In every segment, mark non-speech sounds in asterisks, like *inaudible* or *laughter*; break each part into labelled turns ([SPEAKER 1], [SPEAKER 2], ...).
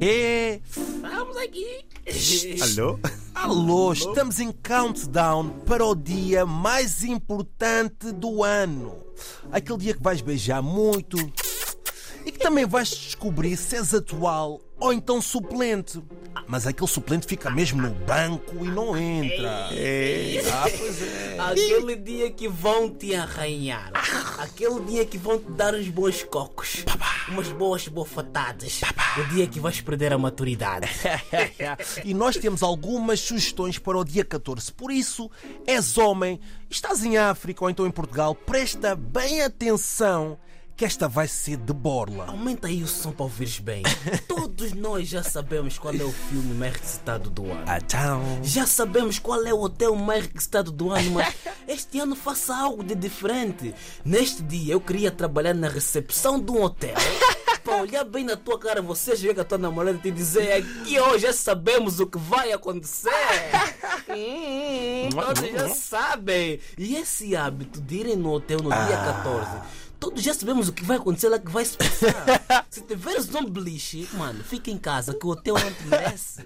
[SPEAKER 1] E
[SPEAKER 2] Estamos aqui.
[SPEAKER 3] Alô?
[SPEAKER 1] É. alô, estamos em countdown para o dia mais importante do ano. Aquele dia que vais beijar muito e que também vais descobrir se és atual ou então suplente. Mas aquele suplente fica mesmo no banco e não entra.
[SPEAKER 3] É.
[SPEAKER 1] Ah, pois é.
[SPEAKER 2] Aquele dia que vão te arranhar. Aquele dia que vão te dar uns bons cocos. Umas boas bofatadas. O dia que vais perder a maturidade.
[SPEAKER 1] *laughs* E nós temos algumas sugestões para o dia 14. Por isso, és homem, estás em África ou então em Portugal, presta bem atenção que esta vai ser de borla.
[SPEAKER 2] Aumenta aí o som para ouvires bem. Todos nós já sabemos qual é o filme mais recitado do ano.
[SPEAKER 1] Então,
[SPEAKER 2] Já sabemos qual é o hotel mais requisitado do ano, mas este ano faça algo de diferente. Neste dia eu queria trabalhar na recepção de um hotel. Para olhar bem na tua cara, você chega a tua namorada e te dizer aqui hoje já sabemos o que vai acontecer. Hum, todos já sabem. E esse hábito de irem no hotel no dia 14. Todos já sabemos o que vai acontecer lá, que vai se passar. Se tiveres um beliche, mano, fica em casa que o hotel não te merece.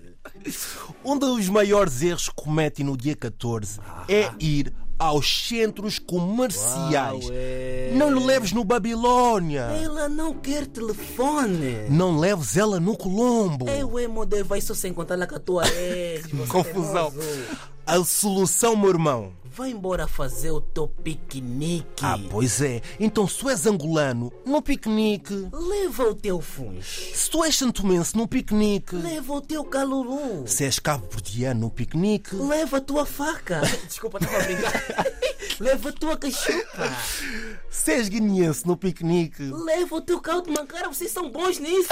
[SPEAKER 1] um dos maiores erros que cometem no dia 14
[SPEAKER 2] Ah.
[SPEAKER 1] é ir aos centros comerciais.
[SPEAKER 2] Uau, é.
[SPEAKER 1] Não lhe leves no Babilónia.
[SPEAKER 2] Ela não quer telefone.
[SPEAKER 1] Não leves ela no Colombo.
[SPEAKER 2] É o modelo vai só se encontrar lá com a tua ex. você
[SPEAKER 1] Confusão.
[SPEAKER 2] tem razão.
[SPEAKER 1] A solução, meu irmão.
[SPEAKER 2] Vai embora fazer o teu piquenique.
[SPEAKER 1] Ah, pois é. Então, se tu és angolano, num piquenique.
[SPEAKER 2] Leva o teu funs.
[SPEAKER 1] Se tu és santomense num piquenique,
[SPEAKER 2] Leva o teu calulu.
[SPEAKER 1] se és cabo-verdiano num piquenique,
[SPEAKER 2] Leva a tua faca. *laughs* Desculpa, estava a brincar. *laughs* Leva a tua cachupa.
[SPEAKER 1] se és guineense num piquenique,
[SPEAKER 2] Leva o teu caldo de mancara. Vocês são bons *laughs* nisso.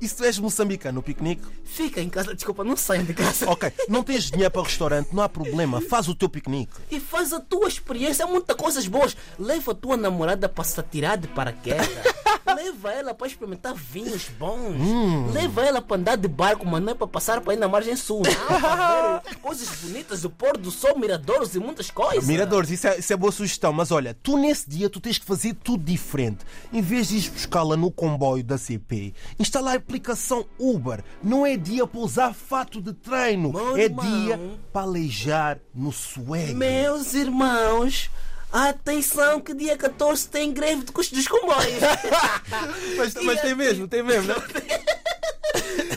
[SPEAKER 1] e se tu és moçambicano num piquenique,
[SPEAKER 2] Fica em casa. Desculpa, não saiam de
[SPEAKER 1] *laughs*
[SPEAKER 2] casa.
[SPEAKER 1] ok, não tens dinheiro para o restaurante, não há problema, faz o teu piquenique.
[SPEAKER 2] E faz a tua experiência, é muitas coisas boas. Leva a tua namorada para se atirar de paraquedas. Leva ela para experimentar vinhos bons. Leva ela para andar de barco, mas não é para passar para ir na margem sul. Não, para ver coisas bonitas, o pôr do sol, miradores e muitas coisas.
[SPEAKER 1] Miradores, isso é, isso é boa sugestão, mas olha, tu nesse dia tu tens que fazer tudo diferente. Em vez de ir buscá-la no comboio da CP, instala a aplicação Uber. Não é dia para usar fato de treino,
[SPEAKER 2] Meu
[SPEAKER 1] é
[SPEAKER 2] irmão.
[SPEAKER 1] dia para aleijar no swag.
[SPEAKER 2] Meus irmãos, atenção que dia 14 tem greve de custos dos comboios.
[SPEAKER 3] Mas, mas tem mesmo, tem mesmo, né?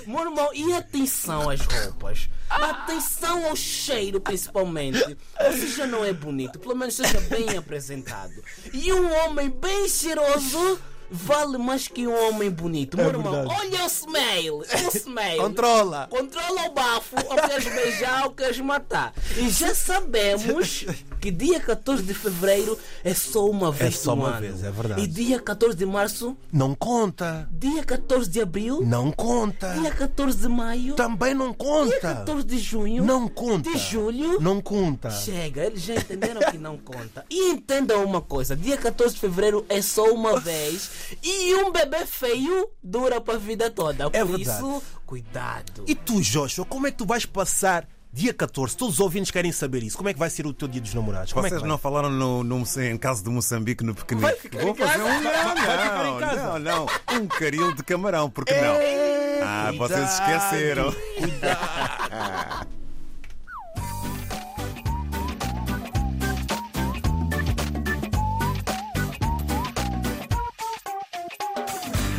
[SPEAKER 2] Meu irmão, e atenção às roupas. Atenção ao cheiro, principalmente. Se já não é bonito, pelo menos seja bem apresentado. E um homem bem cheiroso vale mais que um homem bonito. Meu irmão,
[SPEAKER 1] É verdade.
[SPEAKER 2] olha o smell.
[SPEAKER 1] *laughs*
[SPEAKER 2] O
[SPEAKER 1] *laughs*
[SPEAKER 2] smell.
[SPEAKER 1] Controla.
[SPEAKER 2] Controla o bafo, ou queres beijar ou queres matar. E já sabemos que dia 14 de fevereiro é só uma vez
[SPEAKER 1] só
[SPEAKER 2] no
[SPEAKER 1] uma
[SPEAKER 2] ano.
[SPEAKER 1] vez, é verdade.
[SPEAKER 2] E dia 14 de março,
[SPEAKER 1] Não conta,
[SPEAKER 2] dia 14 de abril,
[SPEAKER 1] não conta,
[SPEAKER 2] dia 14 de maio,
[SPEAKER 1] também não
[SPEAKER 2] dia
[SPEAKER 1] conta.
[SPEAKER 2] 14 de junho,
[SPEAKER 1] Não conta.
[SPEAKER 2] de julho.
[SPEAKER 1] Não conta.
[SPEAKER 2] Chega, eles já entenderam que não conta. E entendam uma coisa: dia 14 de fevereiro é só uma vez e um bebê feio dura para a vida toda. Por
[SPEAKER 1] É verdade.
[SPEAKER 2] isso, cuidado.
[SPEAKER 1] E tu, Joshua, como é que tu vais passar dia 14? Todos os ouvintes querem saber isso. Como é que vai ser o teu dia dos namorados? Como é
[SPEAKER 3] Vocês
[SPEAKER 1] que vai?
[SPEAKER 3] não falaram no, no, em caso de Moçambique no pequenino.
[SPEAKER 1] Vai ficar em
[SPEAKER 3] Vou fazer
[SPEAKER 1] casa.
[SPEAKER 3] um
[SPEAKER 1] Vai ficar em
[SPEAKER 3] não,
[SPEAKER 1] casa.
[SPEAKER 3] não, não, não. Um caril de camarão, porque não? Ah, vocês
[SPEAKER 1] Cuidado.
[SPEAKER 3] esqueceram.